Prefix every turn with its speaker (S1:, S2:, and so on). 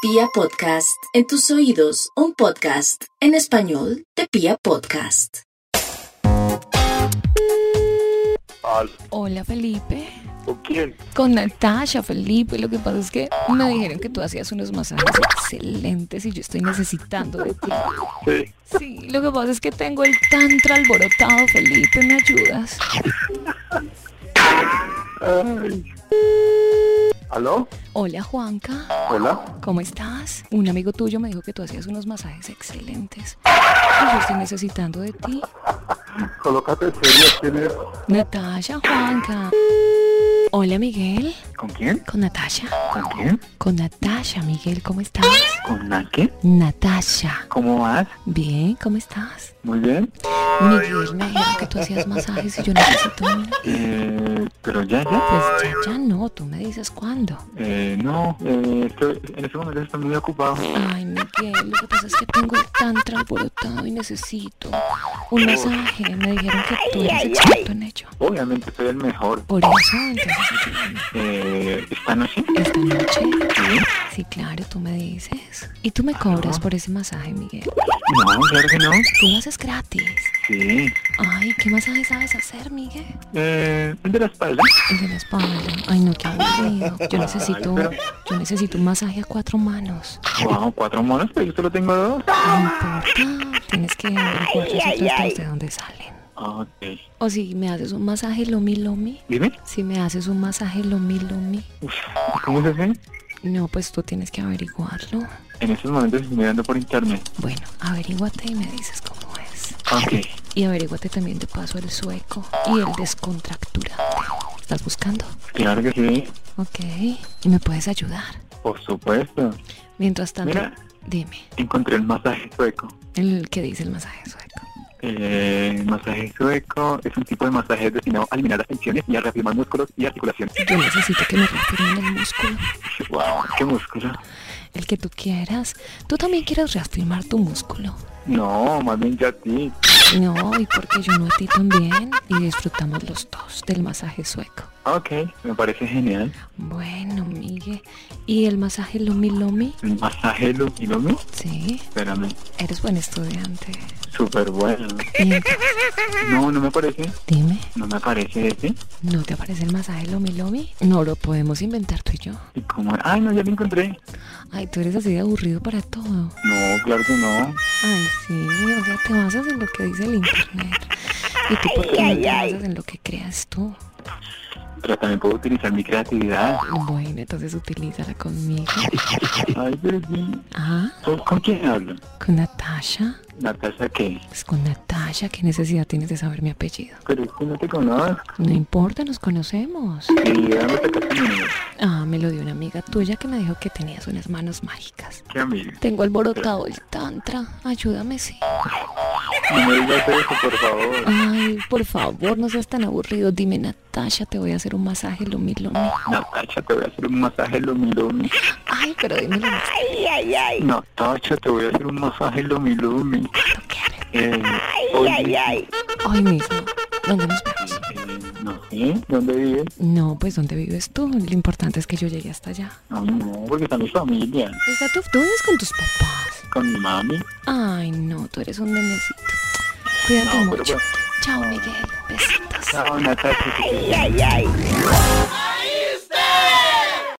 S1: Pia Podcast, en tus oídos, un podcast en español de Pia Podcast.
S2: Al-
S3: Hola Felipe,
S2: ¿Con quién?
S3: con Natasha Felipe, lo que pasa es que me dijeron que tú hacías unos masajes excelentes y yo estoy necesitando de ti.
S2: Sí.
S3: Sí, lo que pasa es que tengo el tantra alborotado Felipe, ¿me ayudas?
S2: Ay. ¿Aló?
S3: Hola Juanca,
S2: ¿Hola?
S3: ¿cómo estás? Un amigo tuyo me dijo que tú hacías unos masajes excelentes y yo estoy necesitando de ti.
S2: Colócate en serio, ¿quién es?
S3: Natasha, Juanca. Hola Miguel,
S2: ¿Con quién?
S3: con Natasha.
S2: ¿Con quién?
S3: Con Natasha, Miguel, ¿cómo estás?
S2: ¿Con la qué?
S3: Natasha.
S2: ¿Cómo vas?
S3: Bien, ¿cómo estás?
S2: Muy bien.
S3: Miguel me dijeron que tú hacías masajes y yo necesito uno.
S2: Eh, pero ya, ya.
S3: Pues ya, ya no, tú me dices cuándo.
S2: Eh, no, eh, estoy- en este momento estoy muy ocupado.
S3: Ay, Miguel, lo que pasa es que tengo el tantra alborotado y necesito un masaje. Me dijeron que tú eres experto en ello.
S2: Obviamente soy el mejor.
S3: Por eso, entonces, ayúdame.
S2: Eh, ¿Esta noche?
S3: esta noche. Sí, claro, tú me dices. Y tú me cobras por ese masaje, Miguel.
S2: No, claro que no.
S3: Tú lo haces gratis.
S2: Sí.
S3: Ay, ¿qué masaje sabes hacer, Miguel?
S2: Eh, ¿el de la espalda?
S3: El de la espalda. Ay, no, qué aburrido. Yo necesito, yo necesito un masaje a cuatro manos.
S2: Wow, cuatro monos, pero yo solo tengo dos.
S3: No importa, tienes que averiguar los otros dos de dónde salen.
S2: Ah, Ok.
S3: O si me haces un masaje lomi lomi.
S2: Dime,
S3: Si me haces un masaje lomi lomi.
S2: ¿cómo se hace?
S3: No, pues tú tienes que averiguarlo.
S2: En estos momentos estoy mirando por internet.
S3: Bueno, averíguate y me dices cómo es.
S2: Ok.
S3: Y averíguate también de paso el sueco y el descontracturante. ¿Estás buscando?
S2: Claro que sí,
S3: Ok. Y me puedes ayudar.
S2: por supuesto.
S3: Mientras tanto,
S2: Mira.
S3: dime,
S2: Encontré el masaje sueco.
S3: el que dice el masaje sueco.
S2: Eh, El masaje sueco es un tipo de masaje destinado a eliminar las tensiones y a reafirmar músculos y articulaciones.
S3: Yo necesito que me reafirmen el músculo.
S2: ¡Wow! ¡Qué músculo!
S3: El que tú quieras. Tú también quieres reafirmar tu músculo.
S2: No, más bien ya a ti.
S3: No, y porque yo no a ti también. Y disfrutamos los dos del masaje sueco.
S2: Ok, me parece genial.
S3: Bueno, Migue. ¿Y el masaje Lomi Lomi?
S2: El masaje Lumi Lumi,
S3: Sí,
S2: espérame,
S3: eres buen estudiante.
S2: súper bueno.
S3: Y entonces,
S2: No, no me parece,
S3: dime,
S2: no me parece ese.
S3: ¿no te aparece el masaje Lomi Lomi? No lo podemos inventar tú y yo.
S2: ¿Y cómo era? ¡Ay, no, ya lo encontré!
S3: Ay, tú eres así de aburrido para todo.
S2: No, claro que no.
S3: Ay, sí, o sea, te basas en lo que dice el internet. Y tú, ¿por qué no te basas en lo que creas tú?
S2: Pero también puedo utilizar mi creatividad.
S3: Bueno, entonces utilízala conmigo.
S2: Ay, pero sí.
S3: Ah,
S2: ¿Con- ¿Con quién hablo?
S3: con Natasha.
S2: ¿Natasha qué?
S3: Pues con Natasha, ¿qué necesidad tienes de saber mi apellido?
S2: Pero es que no te conozco.
S3: No importa, nos conocemos.
S2: ¿Y de dónde sacaste mi número?
S3: Ah, me lo dio una amiga tuya que me dijo que tenías unas manos mágicas.
S2: ¿Qué amiga?
S3: Tengo alborotado el tantra. Ayúdame, sí.
S2: No me digas eso, por favor.
S3: Ay, por favor, no seas tan aburrido. Dime, Natasha, te voy a hacer un masaje lomi lomi.
S2: Natacha, te voy a hacer un masaje lumi-lumi.
S3: Ay, pero dímelo más
S2: Natacha, te voy a hacer un masaje lumi-lumi.
S3: tanto que eres.
S2: Eh, oye,
S3: Hoy mismo. ¿Dónde nos vemos?
S2: eh, no sé, ¿dónde vives?
S3: No, pues, ¿dónde vives tú? Lo importante es que yo llegué hasta allá.
S2: No, no, porque está mi familia.
S3: Está tú, tú vives con tus papás.
S2: Con mi mami.
S3: Ay, no, tú eres un nenecito. Cuídate
S2: No, pero
S3: mucho.
S2: bueno.
S3: Chao, Miguel. Besitos.
S2: Chao, Natacha. que te-
S4: ay, ay.